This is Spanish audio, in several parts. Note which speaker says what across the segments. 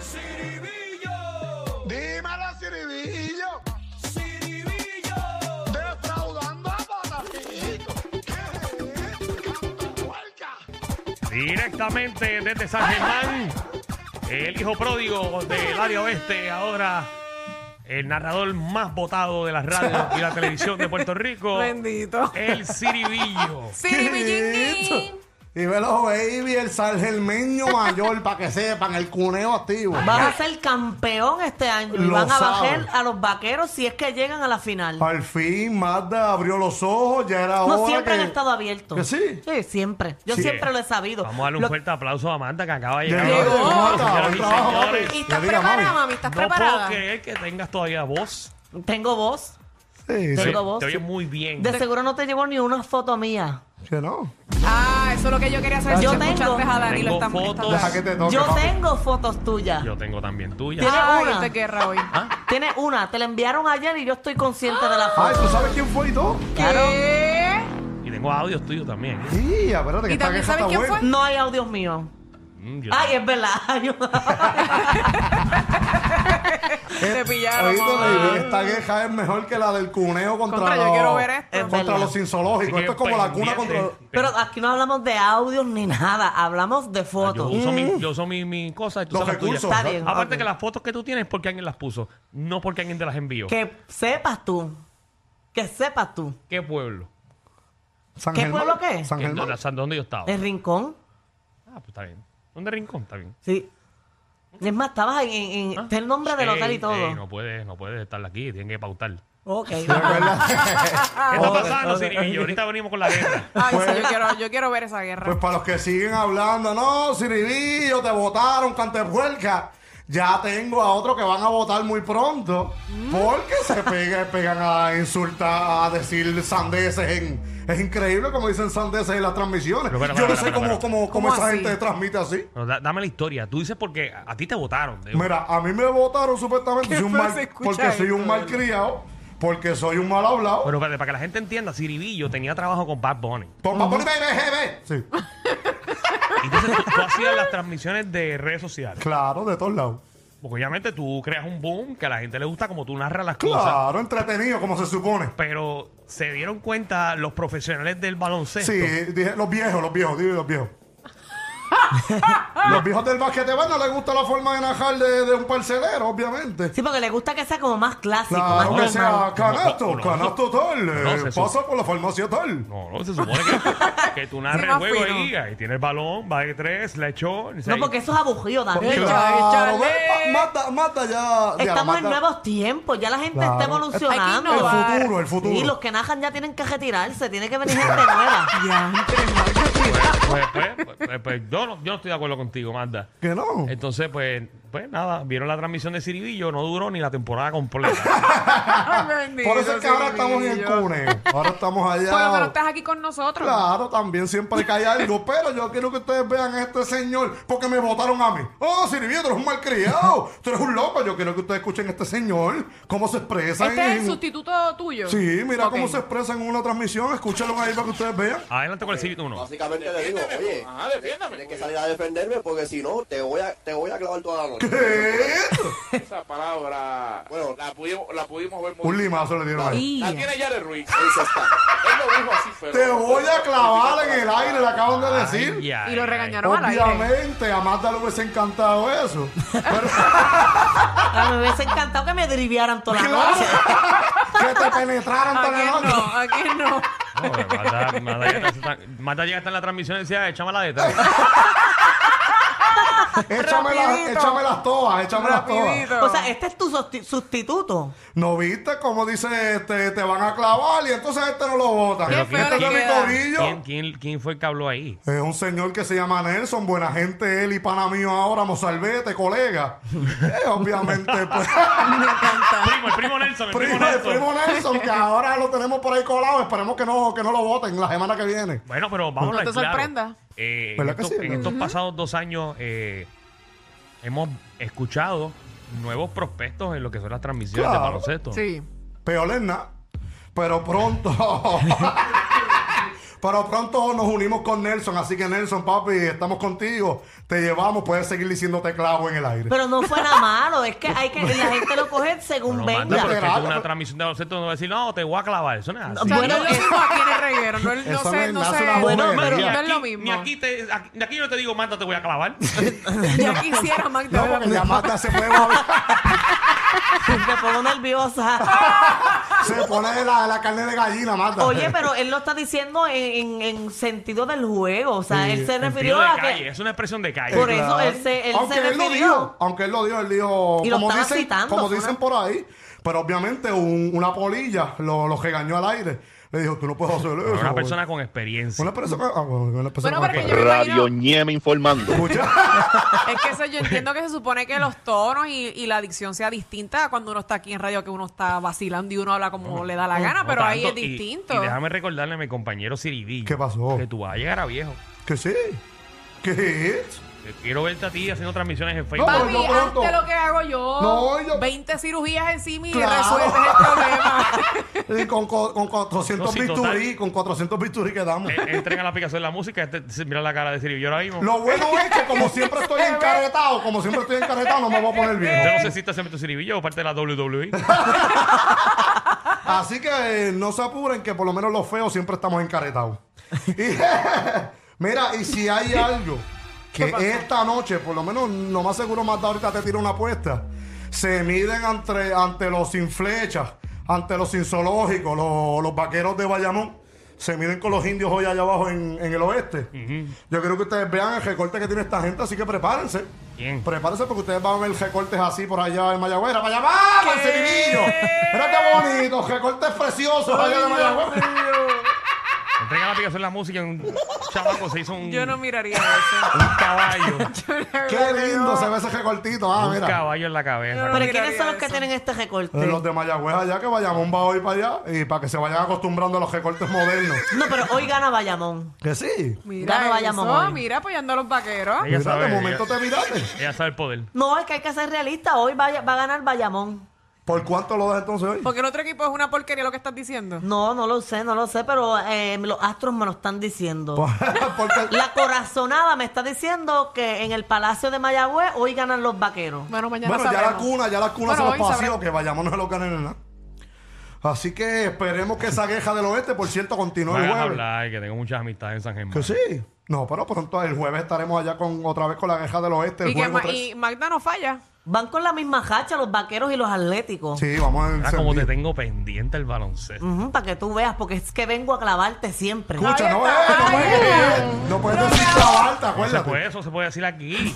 Speaker 1: ¡Siribillo!
Speaker 2: Dímelo, Ciribillo,
Speaker 1: ¡Siribillo!
Speaker 2: defraudando a Patacito. ¡Canta puerca!
Speaker 3: Directamente desde San Germán, el hijo pródigo del área oeste, ahora el narrador más votado de la radio y la televisión de Puerto Rico,
Speaker 4: Bendito.
Speaker 3: el Ciribillo.
Speaker 4: Siribillingui.
Speaker 2: Dímelo, baby, el salgermeño mayor, para que sepan, el cuneo activo.
Speaker 4: Vas a ser campeón este año y
Speaker 2: Lo
Speaker 4: van a
Speaker 2: sabe.
Speaker 4: bajar a los vaqueros si es que llegan a la final.
Speaker 2: Al fin, Magda abrió los ojos, ya era hora
Speaker 4: No siempre
Speaker 2: que-
Speaker 4: han estado abiertos.
Speaker 2: ¿Que sí?
Speaker 4: siempre. Yo
Speaker 3: Sí.
Speaker 4: siempre lo he sabido.
Speaker 3: Vamos a darle un
Speaker 4: Lo-
Speaker 3: fuerte aplauso a Amanda que acaba de
Speaker 2: Llegó,
Speaker 3: llegar.
Speaker 2: llegó, Magda,
Speaker 3: Señoras
Speaker 2: buen
Speaker 3: y
Speaker 2: trabajo,
Speaker 3: señores,
Speaker 2: papi.
Speaker 5: ¿Y
Speaker 2: Ya
Speaker 5: estás
Speaker 2: diga,
Speaker 5: preparada,
Speaker 2: mami.
Speaker 5: mami? ¿Estás
Speaker 3: no puedo
Speaker 5: preparada?
Speaker 3: creer que tengas todavía voz.
Speaker 4: Tengo voz.
Speaker 2: Sí,
Speaker 3: Te,
Speaker 2: sí,
Speaker 4: Tengo
Speaker 3: te
Speaker 4: voz.
Speaker 3: oyes muy bien.
Speaker 4: De seguro no te llegó ni una foto mía.
Speaker 2: que no.
Speaker 5: Ah, eso es lo que yo quería hacer.
Speaker 4: Yo
Speaker 5: Yo tengo.
Speaker 4: tengo-
Speaker 5: a Danilo
Speaker 3: Tengo
Speaker 5: esta, esta
Speaker 3: fotos.
Speaker 5: hora.
Speaker 2: Deja que te toque,
Speaker 4: Yo
Speaker 2: papi.
Speaker 4: tengo fotos tuyas.
Speaker 3: Yo tengo también tuya.
Speaker 4: Tiene
Speaker 5: Ay,
Speaker 4: una.
Speaker 5: yo te guerra Ah, hoy.
Speaker 4: Tienes una. Te la enviaron ayer y yo estoy consciente de la
Speaker 2: Ay,
Speaker 4: foto.
Speaker 2: ¿tú sabes quién fue y todo?
Speaker 4: Claro.
Speaker 5: ¿Qué?
Speaker 3: Y tengo audios tuyos también.
Speaker 2: Sí, espérate, que
Speaker 5: ¿Y también
Speaker 2: esta queja
Speaker 5: sabes
Speaker 2: está
Speaker 5: quién
Speaker 2: buena.
Speaker 5: fue?
Speaker 4: No hay audios míos.
Speaker 3: Mm, yo-
Speaker 4: Ay, es verdad. Ay,
Speaker 5: Te pillaron.
Speaker 2: Eh, Oíste,
Speaker 5: mamá.
Speaker 2: baby, esta queja es mejor que la del cuneo contra,
Speaker 5: Contra, yo
Speaker 2: los-
Speaker 5: quiero ver esto.
Speaker 4: Es
Speaker 2: contra
Speaker 4: verdad.
Speaker 2: los
Speaker 3: Así
Speaker 2: insológicos.
Speaker 3: que pues,
Speaker 2: Esto es como la cuna
Speaker 3: pendiente.
Speaker 2: contra...
Speaker 4: Pero aquí no hablamos de audios ni nada. Hablamos de
Speaker 3: Ah, Yo
Speaker 4: fotos.
Speaker 3: uso, mi, yo uso mi, mi cosa. y tú
Speaker 2: Mm. Los
Speaker 3: sabes las tuyas.
Speaker 2: recursos.
Speaker 4: Está bien,
Speaker 3: Aparte
Speaker 4: ok.
Speaker 3: que las fotos que tú tienes es porque alguien las puso, no porque alguien te las envió. ¿Qué,
Speaker 4: Que sepas tú. Que sepas tú.
Speaker 3: pueblo?
Speaker 2: San
Speaker 4: ¿Qué
Speaker 2: Germán,
Speaker 4: pueblo qué?
Speaker 2: San
Speaker 3: ¿En
Speaker 2: Germán.
Speaker 3: dónde- san- ¿Dónde yo estaba?
Speaker 4: El rincón.
Speaker 3: Ah, pues está bien. ¿Dónde rincón? Está bien.
Speaker 4: Sí. Es más, estabas en. en- en-
Speaker 3: Ah.
Speaker 4: está el nombre del
Speaker 3: Ey,
Speaker 4: hotel y todo.
Speaker 3: ey, no puedes, no puedes estar aquí, tienen que pautar. ¿Qué
Speaker 4: Ok.
Speaker 3: está
Speaker 4: Ah,
Speaker 2: Joder,
Speaker 3: pasando,
Speaker 2: joder.
Speaker 3: Ciribillo? Ahorita venimos con la guerra.
Speaker 5: Ay,
Speaker 2: Pues-
Speaker 5: sí, yo quiero, yo quiero ver esa guerra.
Speaker 2: Pues para los que siguen hablando, no, Ciribillo, te votaron, cantepuerca. Ya tengo a otro que van a votar muy pronto.
Speaker 5: Mm.
Speaker 2: Porque se pega- pegan a insultar, a decir sandeces. En, es increíble como dicen sandeces en las transmisiones.
Speaker 3: Pero, pero,
Speaker 2: Yo no
Speaker 3: pero,
Speaker 2: sé
Speaker 3: pero,
Speaker 2: cómo,
Speaker 3: pero.
Speaker 2: cómo- cómo
Speaker 5: ¿Cómo
Speaker 2: esa
Speaker 5: así?
Speaker 2: gente transmite así.
Speaker 3: No, da- dame la historia. Tú dices porque a, a ti te votaron. digo.
Speaker 2: Mira, a mí me votaron supuestamente
Speaker 5: Qué
Speaker 2: soy un
Speaker 5: feo
Speaker 2: mal-
Speaker 5: se escucha
Speaker 2: porque soy
Speaker 5: esto,
Speaker 2: un mal criado, porque soy un mal hablado.
Speaker 3: Pero espérate, para que la gente entienda, Ciribillo tenía trabajo con Bad Bunny.
Speaker 2: Toma, ponme, ve, ve, ve. Sí,
Speaker 3: Y Entonces tú, tú hacías las transmisiones de redes sociales.
Speaker 2: claro, de todos lados.
Speaker 3: Porque obviamente tú creas un boom que a la gente le gusta como tú narras las cosas.
Speaker 2: Claro, entretenido, como se supone.
Speaker 3: pero se dieron cuenta los profesionales del baloncesto.
Speaker 2: Sí, dije, los viejos, los viejos, dime los viejos. los viejos del basquetebol no les gusta la forma de najar de, de un parcelero, obviamente.
Speaker 4: Sí, porque le gusta que sea como más clásico, más
Speaker 2: Claro que
Speaker 4: normal.
Speaker 2: sea
Speaker 3: No,
Speaker 2: canasto,
Speaker 3: no, no.
Speaker 2: canasto tal, eh,
Speaker 3: No, se
Speaker 2: pasa por la farmacia tal.
Speaker 3: No, no, se supone que, que tú narras
Speaker 5: Sí,
Speaker 3: el
Speaker 5: más
Speaker 3: juego
Speaker 5: fino.
Speaker 3: ahí, ahí tiene el balón, va de tres, la echó. y se-
Speaker 4: No, porque eso es aburrido, Daniel.
Speaker 2: Claro,
Speaker 5: échale.
Speaker 2: ve, ma- mata, mata ya. ya,
Speaker 4: Estamos en
Speaker 2: mata.
Speaker 4: nuevos tiempos, ya la gente
Speaker 2: Claro.
Speaker 4: está
Speaker 5: Hay que
Speaker 4: evolucionando.
Speaker 2: El
Speaker 5: innovar. va.
Speaker 2: futuro, el futuro.
Speaker 4: Y los que najan ya tienen que retirarse, tiene que venir gente nueva.
Speaker 3: Pues, pues, pues, pues, pues, yo, no, yo no estoy de acuerdo contigo, Magda.
Speaker 2: Que no.
Speaker 3: Entonces, pues, pues nada, vieron la transmisión de Ciribillo, no duró ni la temporada completa.
Speaker 5: Ay, bendito,
Speaker 2: Por eso es que ahora estamos en el
Speaker 5: Ciribillo.
Speaker 2: cuneo. Ahora estamos allá.
Speaker 5: Por lo menos estás aquí con nosotros.
Speaker 2: Claro, también siempre cae algo, pero yo quiero que ustedes vean a este señor, porque me votaron a mí. Oh, Silvio, tú eres un malcriado, tú eres un loco. Yo quiero que ustedes escuchen a este señor, cómo se expresa.
Speaker 5: Este es
Speaker 2: en-
Speaker 5: el sustituto tuyo.
Speaker 2: Sí, mira
Speaker 5: Ok.
Speaker 2: cómo se expresa en una transmisión, escúchalo ahí para que ustedes vean.
Speaker 3: Adelante con el Ciribillo uno.
Speaker 6: Básicamente le digo, oye,
Speaker 1: ah,
Speaker 6: tienes que salir a defenderme porque si no, te voy a, te voy a clavar toda la noche.
Speaker 2: ¿Qué?
Speaker 7: Esa palabra, bueno, la pudimos, la pudimos ver
Speaker 2: Un
Speaker 7: muy
Speaker 2: limazo le dieron ahí.
Speaker 7: La
Speaker 5: Y-
Speaker 7: tiene Jared Ruiz.
Speaker 6: Eso está.
Speaker 7: Él lo dijo así, pero...
Speaker 2: Te voy a clavar en el aire, le acaban de decir.
Speaker 3: Ay, ay,
Speaker 5: Y lo
Speaker 3: ay.
Speaker 5: regañaron al aire.
Speaker 2: Obviamente, a Marta le hubiese encantado eso. Pero,
Speaker 4: A mí me hubiese encantado que me driviaran toda la
Speaker 2: claro,
Speaker 4: noche.
Speaker 2: que te penetraran
Speaker 5: ¿A
Speaker 2: tan
Speaker 5: quién
Speaker 2: enorme.
Speaker 5: no? ¿A quién no?
Speaker 3: No, Magda- Magda llega hasta- Magda llega hasta en la transmisión y decía, échame la detrás.
Speaker 2: échame, las,
Speaker 5: Rapidito.
Speaker 2: échame las toas, échame las toas.
Speaker 5: Rapidito.
Speaker 4: O sea, este es tu susti- sustituto.
Speaker 2: ¿No viste cómo dice este? Te van a clavar y entonces este no lo votan.
Speaker 5: Qué
Speaker 2: Este
Speaker 5: feo le
Speaker 2: es de mi
Speaker 5: queda.
Speaker 3: ¿Quién,
Speaker 2: corillo.
Speaker 3: quién, quién fue el que habló ahí?
Speaker 2: Es un señor que se llama Nelson, buena gente él y pana mío ahora, mozalbete, colega. Eh, obviamente, pues,
Speaker 3: Primo, el primo Nelson, el primo
Speaker 2: primo, el
Speaker 3: Nelson.
Speaker 2: primo Nelson, que ahora lo tenemos por ahí colado. Esperemos que no, que no lo voten la semana que viene.
Speaker 3: Bueno, pero vamos
Speaker 5: No
Speaker 3: a
Speaker 5: te
Speaker 3: hablar claro.
Speaker 5: sorprenda.
Speaker 3: Eh, en
Speaker 2: ¿Verdad que
Speaker 3: estos,
Speaker 2: sí?
Speaker 3: en estos pasados dos años eh, hemos escuchado nuevos prospectos en lo que son las transmisiones
Speaker 2: Claro.
Speaker 3: de baloncesto.
Speaker 5: Sí.
Speaker 2: Peor es nada. Pero pronto. Pero pronto nos unimos con Nelson. Así que, Nelson, papi, estamos contigo. Te llevamos. Puedes seguir diciéndote clavo en el aire.
Speaker 4: Pero no fue nada malo, es que hay que la gente lo coge según
Speaker 3: No, manda,
Speaker 4: venga.
Speaker 3: pero es que
Speaker 2: Pero-
Speaker 3: tú una transmisión de baloncesto no va a decir, no, te voy a clavar. Eso no es
Speaker 5: O
Speaker 3: así.
Speaker 5: sea,
Speaker 4: Bueno,
Speaker 5: no es lo
Speaker 4: es-
Speaker 5: mismo aquí en el reguero. No, no
Speaker 2: eh, Eso
Speaker 5: sé,
Speaker 2: me
Speaker 5: no
Speaker 2: nace
Speaker 5: sé.
Speaker 2: una
Speaker 4: Bueno,
Speaker 2: bobería.
Speaker 4: pero-
Speaker 3: Ni
Speaker 5: no es
Speaker 3: aquí-
Speaker 5: lo mismo.
Speaker 3: Ni aquí, te, aquí, ni aquí yo te digo, manda, te voy a clavar.
Speaker 5: Yo quisiera, Magda.
Speaker 2: No, porque ya Magda se puede mover.
Speaker 4: Me pongo nerviosa.
Speaker 2: Se pone la, la carne de gallina, Magda.
Speaker 4: Oye, pero él lo está diciendo en, en- en sentido del juego. O sea,
Speaker 2: Sí,
Speaker 4: él se refirió
Speaker 3: Sentido de
Speaker 4: a
Speaker 3: calle,
Speaker 4: que.
Speaker 3: es una expresión de calle.
Speaker 4: Por eso él se, él
Speaker 2: aunque
Speaker 4: se
Speaker 2: él lo
Speaker 4: refirió.
Speaker 2: dijo, aunque él lo dijo, él dijo,
Speaker 4: Y lo
Speaker 2: como,
Speaker 4: estaba
Speaker 2: dicen,
Speaker 4: citando,
Speaker 2: como
Speaker 4: fue
Speaker 2: dicen
Speaker 4: una-
Speaker 2: por ahí, pero obviamente un- una polilla lo, lo regañó al aire. Le dijo, tú no puedes hacer eso.
Speaker 3: Pero una
Speaker 2: güey".
Speaker 3: persona con experiencia.
Speaker 2: Una persona. ah, bueno, una persona
Speaker 5: Bueno, pero
Speaker 2: con-
Speaker 5: que yo me
Speaker 8: Radio
Speaker 5: imagino.
Speaker 8: Ñeme informando.
Speaker 2: Escucha.
Speaker 5: Es que eso yo entiendo que se supone que los tonos y, y la dicción sea distinta a cuando uno está aquí en radio, que uno está vacilando y uno habla como le da la gana,
Speaker 3: No
Speaker 5: Ah, pero ahí es
Speaker 3: tanto, y-
Speaker 5: distinto.
Speaker 3: Y, déjame recordarle a mi compañero Siriví.
Speaker 2: ¿Qué pasó?
Speaker 3: Que tú vas a llegar a viejo.
Speaker 2: que sí. ¿Qué es?
Speaker 3: Te Quiero verte a ti haciendo transmisiones en Facebook.
Speaker 2: No,
Speaker 5: Papi,
Speaker 2: yo pronto.
Speaker 5: hazte lo que hago yo.
Speaker 2: No, yo-
Speaker 5: 20 cirugías encima y
Speaker 2: Claro.
Speaker 5: resuelves el problema.
Speaker 2: Y con, co- con 400
Speaker 3: No, sí, total.
Speaker 2: bisturí, con 400 bisturí que damos.
Speaker 3: Eh, Entren a la aplicación de la música. este- se- mira la cara de Siriví. Yo ahora mismo.
Speaker 2: Lo bueno es que como siempre estoy encaretado, como siempre estoy encaretado, no me voy a poner viejo.
Speaker 3: Yo no sé si este estás siempre tu Siriví o parte de la E. WWE.
Speaker 2: Así que eh, no se apuren que por lo menos los feos siempre estamos encaretados. Y, mira, y si hay algo que esta noche, por lo menos no más seguro más ahorita te tira una apuesta, se miden ante, ante los sin flechas, ante los sin zoológicos, los, los vaqueros de Bayamón. Se miden con los indios hoy allá abajo en, en el oeste. Yo quiero que ustedes vean el recorte que tiene esta gente, así que prepárense.
Speaker 3: Bien.
Speaker 2: Prepárense porque ustedes van a ver recortes así por allá en Mayagüez. ¡Para allá vamos, Cervillo! Mira qué bonito, recortes preciosos allá de Mayagüez.
Speaker 3: Entren a la aplicación de la música. Un chamaco se hizo un,
Speaker 5: Yo no miraría
Speaker 3: un
Speaker 5: eso.
Speaker 3: caballo.
Speaker 2: Qué lindo se ve ese recortito. Ah,
Speaker 3: un
Speaker 2: mira.
Speaker 3: caballo en la cabeza.
Speaker 5: Yo no
Speaker 4: Pero ¿quiénes
Speaker 5: miraría
Speaker 4: son los que
Speaker 5: eso.
Speaker 4: tienen este recorte?
Speaker 2: Los de Mayagüez allá que Bayamón va hoy para allá y para que se vayan acostumbrando a los recortes modernos.
Speaker 4: No, pero hoy gana Bayamón.
Speaker 2: Que sí.
Speaker 5: Mira
Speaker 4: Dale, vayamos
Speaker 5: eso,
Speaker 4: hoy.
Speaker 5: mira apoyando a los vaqueros.
Speaker 3: Ella
Speaker 2: Mira,
Speaker 3: sabe.
Speaker 2: de momento
Speaker 3: ella,
Speaker 2: te miraste.
Speaker 3: ella sabe el poder.
Speaker 4: No, es que hay que ser realista. Hoy va, va a ganar Bayamón.
Speaker 2: ¿Por cuánto lo das entonces hoy?
Speaker 5: Porque el otro equipo es una porquería lo que estás diciendo.
Speaker 4: No, no lo sé, no lo sé, pero eh, los astros me lo están diciendo.
Speaker 2: Pues- Porque
Speaker 4: La corazonada me está diciendo que en el Palacio de Mayagüez hoy ganan los vaqueros.
Speaker 5: Bueno, mañana
Speaker 2: Bueno, ya la
Speaker 5: sabremos.
Speaker 2: cuna, ya la cuna
Speaker 5: Bueno,
Speaker 2: se
Speaker 5: hoy
Speaker 2: los paseó,
Speaker 5: sabremos.
Speaker 2: que vayamos no se los ganen en nada. Así que esperemos que esa queja del oeste, por cierto,
Speaker 3: No
Speaker 2: continúe el
Speaker 3: hagas
Speaker 2: jueves.
Speaker 3: hablar, que tengo muchas amistades en San Germán.
Speaker 2: Que sí. No, pero pronto el jueves estaremos allá con otra vez con la queja del oeste. El
Speaker 5: Y, que
Speaker 2: juego
Speaker 5: Ma-
Speaker 2: tres.
Speaker 5: y Magda no falla.
Speaker 4: Van con la misma hacha los vaqueros y los atléticos.
Speaker 2: Sí, vamos a
Speaker 3: Ah, como te
Speaker 2: encender.
Speaker 3: tengo pendiente el baloncesto.
Speaker 4: para que tú veas, porque es que vengo a clavarte siempre.
Speaker 2: Escucha, no,
Speaker 5: Ahí está.
Speaker 2: eh, no puedes, no puedes decir chaval,
Speaker 3: No se
Speaker 2: acuérdate.
Speaker 3: puede, eso se puede decir aquí.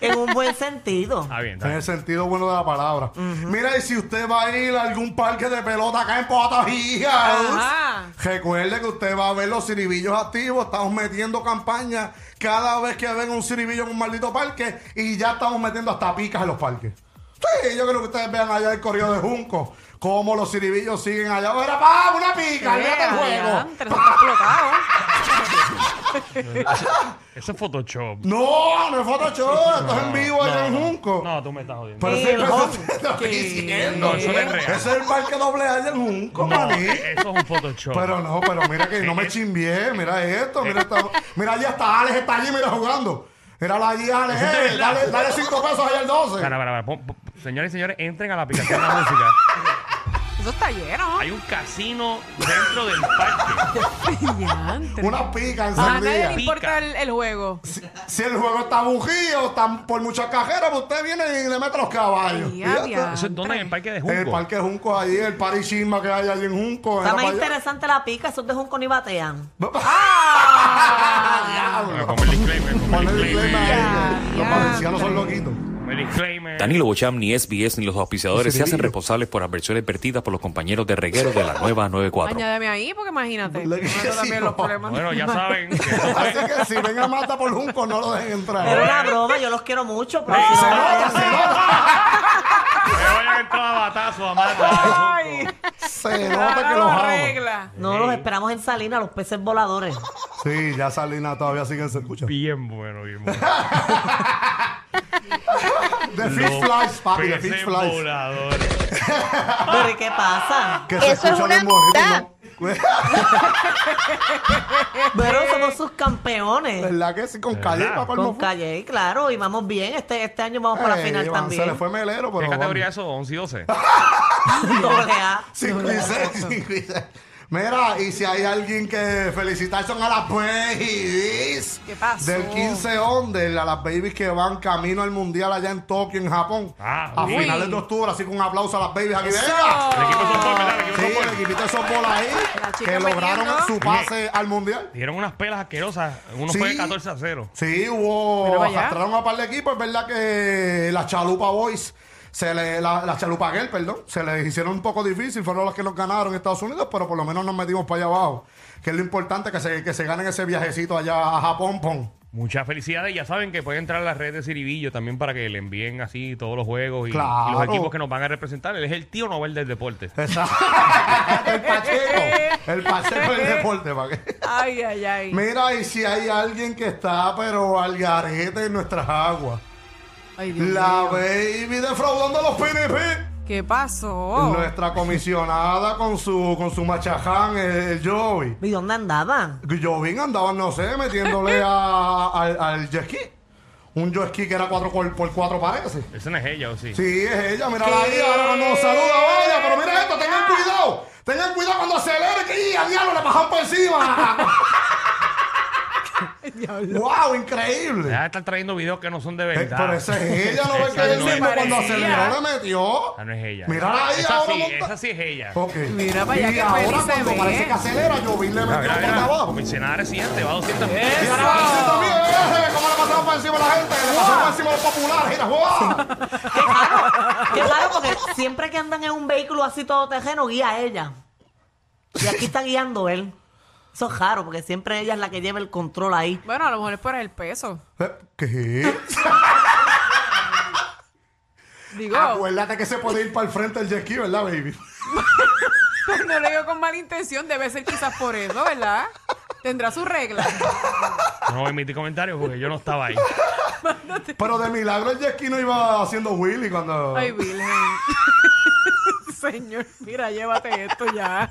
Speaker 4: En un buen sentido.
Speaker 3: Está bien, está
Speaker 2: En
Speaker 3: bien.
Speaker 2: el sentido bueno de la palabra. Mira, y si usted va a ir a algún parque de pelota acá en Potajía,
Speaker 5: Ajá.
Speaker 2: recuerde que usted va a ver los ciribillos activos. Estamos metiendo campaña cada vez que ven un ciribillo en un maldito parque y ya estamos metiendo hasta picas en los parques. Sí, yo creo que ustedes vean allá el correo de Junco, cómo los ciribillos siguen allá. ¡Mira, pa, una pica! ¡Mírate el juego!
Speaker 5: Te lo está explotado.
Speaker 3: Eso es Photoshop.
Speaker 2: No, no es Photoshop, esto es en vivo allá en
Speaker 3: no.
Speaker 2: Junco.
Speaker 3: No, tú me estás jodiendo.
Speaker 2: Pero
Speaker 4: Sí,
Speaker 2: ese-
Speaker 4: el
Speaker 2: pero
Speaker 4: Hulk.
Speaker 2: te estoy
Speaker 5: ¿Qué?
Speaker 2: diciendo.
Speaker 3: no, eso no es real.
Speaker 2: ¿eh? Ese es el parque doble A en Junco,
Speaker 3: No,
Speaker 2: maní.
Speaker 3: eh, eso es un Photoshop.
Speaker 2: Pero no, pero mira que no me chimbié. Mira esto, mira esta, Mira, allá está Alex, está allí, mira, jugando. Mira la allí, Alex.
Speaker 3: Eso es
Speaker 2: eh,
Speaker 3: verdad.
Speaker 2: dale, dale cinco pesos allá al 12.
Speaker 3: Para, para, para, pon- pon- Señores y señores, entren a la aplicación de la música.
Speaker 5: Eso está lleno.
Speaker 3: Hay un casino dentro del parque.
Speaker 5: Diantre. Ah,
Speaker 2: Una pica
Speaker 5: A nadie
Speaker 2: encendida.
Speaker 5: le importa el, el juego.
Speaker 2: Si el juego está bujío, está por muchas cajeras, pues usted viene y le mete los caballos.
Speaker 5: Ay,
Speaker 2: Y ya está.
Speaker 3: Eso es donde en el parque de
Speaker 2: En el
Speaker 3: Junco.
Speaker 2: parque Junco allí, el parichisma que hay allí en Junco.
Speaker 4: Está
Speaker 2: era
Speaker 4: más
Speaker 2: para allá.
Speaker 4: interesante la pica, esos de Junco ni batean.
Speaker 3: Bueno, como el disclaimer, como el
Speaker 2: Ponle el
Speaker 3: disclaimer.
Speaker 2: disclaimer a
Speaker 5: Ah. Ya,
Speaker 2: ellos. Los
Speaker 5: ya.
Speaker 2: valencianos son loquitos.
Speaker 3: como el disclaimer.
Speaker 8: Danilo Bocham, ni SBS, ni los auspiciadores se hacen
Speaker 2: Cirillo.
Speaker 8: responsables por adversiones vertidas por los compañeros de reguero de la nueva 94.
Speaker 5: Añádeme ahí, porque imagínate.
Speaker 2: Le dije
Speaker 5: nosotros
Speaker 2: sí,
Speaker 5: también
Speaker 2: no.
Speaker 5: los problemas.
Speaker 3: Bueno, ya saben. que eso fue-
Speaker 2: Así que si ven a Mata por Junco, no lo dejen
Speaker 4: Era
Speaker 2: entrar. Ah,
Speaker 4: una broma, yo los quiero mucho. Pero
Speaker 2: Se nota, se nota,
Speaker 3: Me vayan a entrar a batazo a matar.
Speaker 5: Ay,
Speaker 2: se nota que
Speaker 5: claro,
Speaker 2: los amo.
Speaker 5: regla.
Speaker 4: No, los esperamos en Salinas, los peces voladores.
Speaker 2: Sí, ya Salina todavía siguen se escucha.
Speaker 3: Bien bueno, bien bueno.
Speaker 2: The Fish Flies, papi, The Fish
Speaker 3: Peces
Speaker 2: Flies.
Speaker 3: voladores.
Speaker 4: Pero ¿y qué pasa?
Speaker 2: Que se
Speaker 9: Eso es
Speaker 2: escucha
Speaker 9: una
Speaker 2: bien bonito.
Speaker 9: amistad.
Speaker 2: ¿no?
Speaker 4: Pero somos sus campeones.
Speaker 2: ¿Verdad que sí? Con calle,
Speaker 3: ¿Verdad?
Speaker 2: papá, no
Speaker 4: Con
Speaker 2: fue.
Speaker 4: Calle, claro, y vamos bien. Este, este año vamos para la
Speaker 2: Eh,
Speaker 4: final
Speaker 2: Iván, Se le
Speaker 4: también.
Speaker 2: fue melero, pero.
Speaker 3: ¿Qué categoría
Speaker 2: vamos.
Speaker 3: es eso? 11 y 12.
Speaker 4: Doble A.
Speaker 2: 5 y 6, 5 y 6. Mira, y si hay alguien que felicitar son a las babies.
Speaker 5: ¿Qué pasó?
Speaker 2: Del 15 onde, a las babies que van camino al mundial allá en Tokio, en Japón.
Speaker 3: Ah,
Speaker 2: a
Speaker 3: uy.
Speaker 2: finales de octubre, así que un aplauso a las babies aquí.
Speaker 5: Eso.
Speaker 3: El
Speaker 2: ¡Venga!
Speaker 3: equipo de softball, ¿verdad? El equipo
Speaker 2: Sí,
Speaker 3: de softball.
Speaker 2: el equipito de softball ahí,
Speaker 5: La chica
Speaker 2: que lograron
Speaker 5: vendiendo.
Speaker 2: su pase al mundial.
Speaker 3: Dieron unas pelas asquerosas. Uno
Speaker 2: Sí.
Speaker 3: fue 14 a 0.
Speaker 2: Sí, hubo.
Speaker 5: Mira para allá.
Speaker 2: Arrastraron a par de equipos. Es verdad que la Chalupa Boys, se le, la, la Chalupa Girl, perdón, se les hicieron un poco difícil. Fueron las que nos ganaron en Estados Unidos, pero por lo menos nos metimos para allá abajo. Que es lo importante que se, que se ganen ese viajecito allá a Japón, pon.
Speaker 3: Muchas felicidades. Ya saben que pueden entrar a las redes de Ciribillo también para que le envíen así todos los juegos y,
Speaker 2: Claro.
Speaker 3: y los equipos que nos van a representar. Él es el tío Nobel del deporte.
Speaker 2: Exacto. el Pacheco. El Pacheco del deporte, ¿para qué?
Speaker 5: Ay, ay, ay.
Speaker 2: Mira, y si hay alguien que está, pero al garete en nuestras aguas.
Speaker 5: Ay, Dios
Speaker 2: La
Speaker 5: mío.
Speaker 2: baby defraudando a los PNP.
Speaker 5: ¿Qué pasó?
Speaker 2: Nuestra comisionada con su con su machaján, el, el Joey.
Speaker 4: ¿Y dónde andaban?
Speaker 2: Jovín andaba, no sé, metiéndole a- al, al jet ski. Un jet ski que era 4 por, 4 parece.
Speaker 3: Esa no es ella, ¿o sí?
Speaker 2: Sí, es ella, mira ahí, ahora nos saluda, vaya, pero mira esto, tengan cuidado. Tengan cuidado cuando acelere, que ¡y, a diablo le bajan por encima. wow, increíble.
Speaker 3: Ya están trayendo videos que no son de
Speaker 2: Eh,
Speaker 3: verdad.
Speaker 2: Pero esa es ella, ¿no ves
Speaker 3: Esa
Speaker 2: que él
Speaker 3: no
Speaker 5: se
Speaker 2: mismo
Speaker 3: es-
Speaker 2: cuando
Speaker 5: parecía.
Speaker 2: aceleró le metió?
Speaker 3: esa Ah, no es ella.
Speaker 2: Mira ahí,
Speaker 3: esa
Speaker 2: ahora
Speaker 3: sí,
Speaker 2: monta-
Speaker 3: esa sí es ella.
Speaker 2: Ok.
Speaker 5: Mira para allá
Speaker 2: y
Speaker 5: qué
Speaker 2: ahora
Speaker 5: feliz se
Speaker 2: cuando
Speaker 5: ve.
Speaker 2: parece que acelera, yo vi le metió
Speaker 3: Mira, mira,
Speaker 2: por
Speaker 3: mira.
Speaker 2: abajo.
Speaker 3: Comisionada reciente, va a 200 mil.
Speaker 2: Y ahora va a también, ¿eh? ¿Cómo le pasamos por encima a la gente? Le pasamos por encima a los populares, mira, ¡guau!
Speaker 4: Qué raro, porque siempre que andan en un vehículo así todo terreno, guía a ella. Y aquí está guiando él. Eso es raro, porque siempre ella es la que lleva el control ahí.
Speaker 5: Bueno, a lo mejor es por el peso.
Speaker 2: Eh, ¿Qué?
Speaker 5: Digo,
Speaker 2: Acuérdate que se puede ir para el frente del jet ski, ¿verdad, baby?
Speaker 5: no lo digo con mala intención, debe ser quizás por eso, ¿verdad? Tendrá sus reglas.
Speaker 3: No voy a emitir comentarios porque yo no estaba ahí.
Speaker 2: Pero de milagro el jet ski no iba haciendo Willy cuando...
Speaker 5: Ay, Virgen. Señor, mira, llévate esto ya.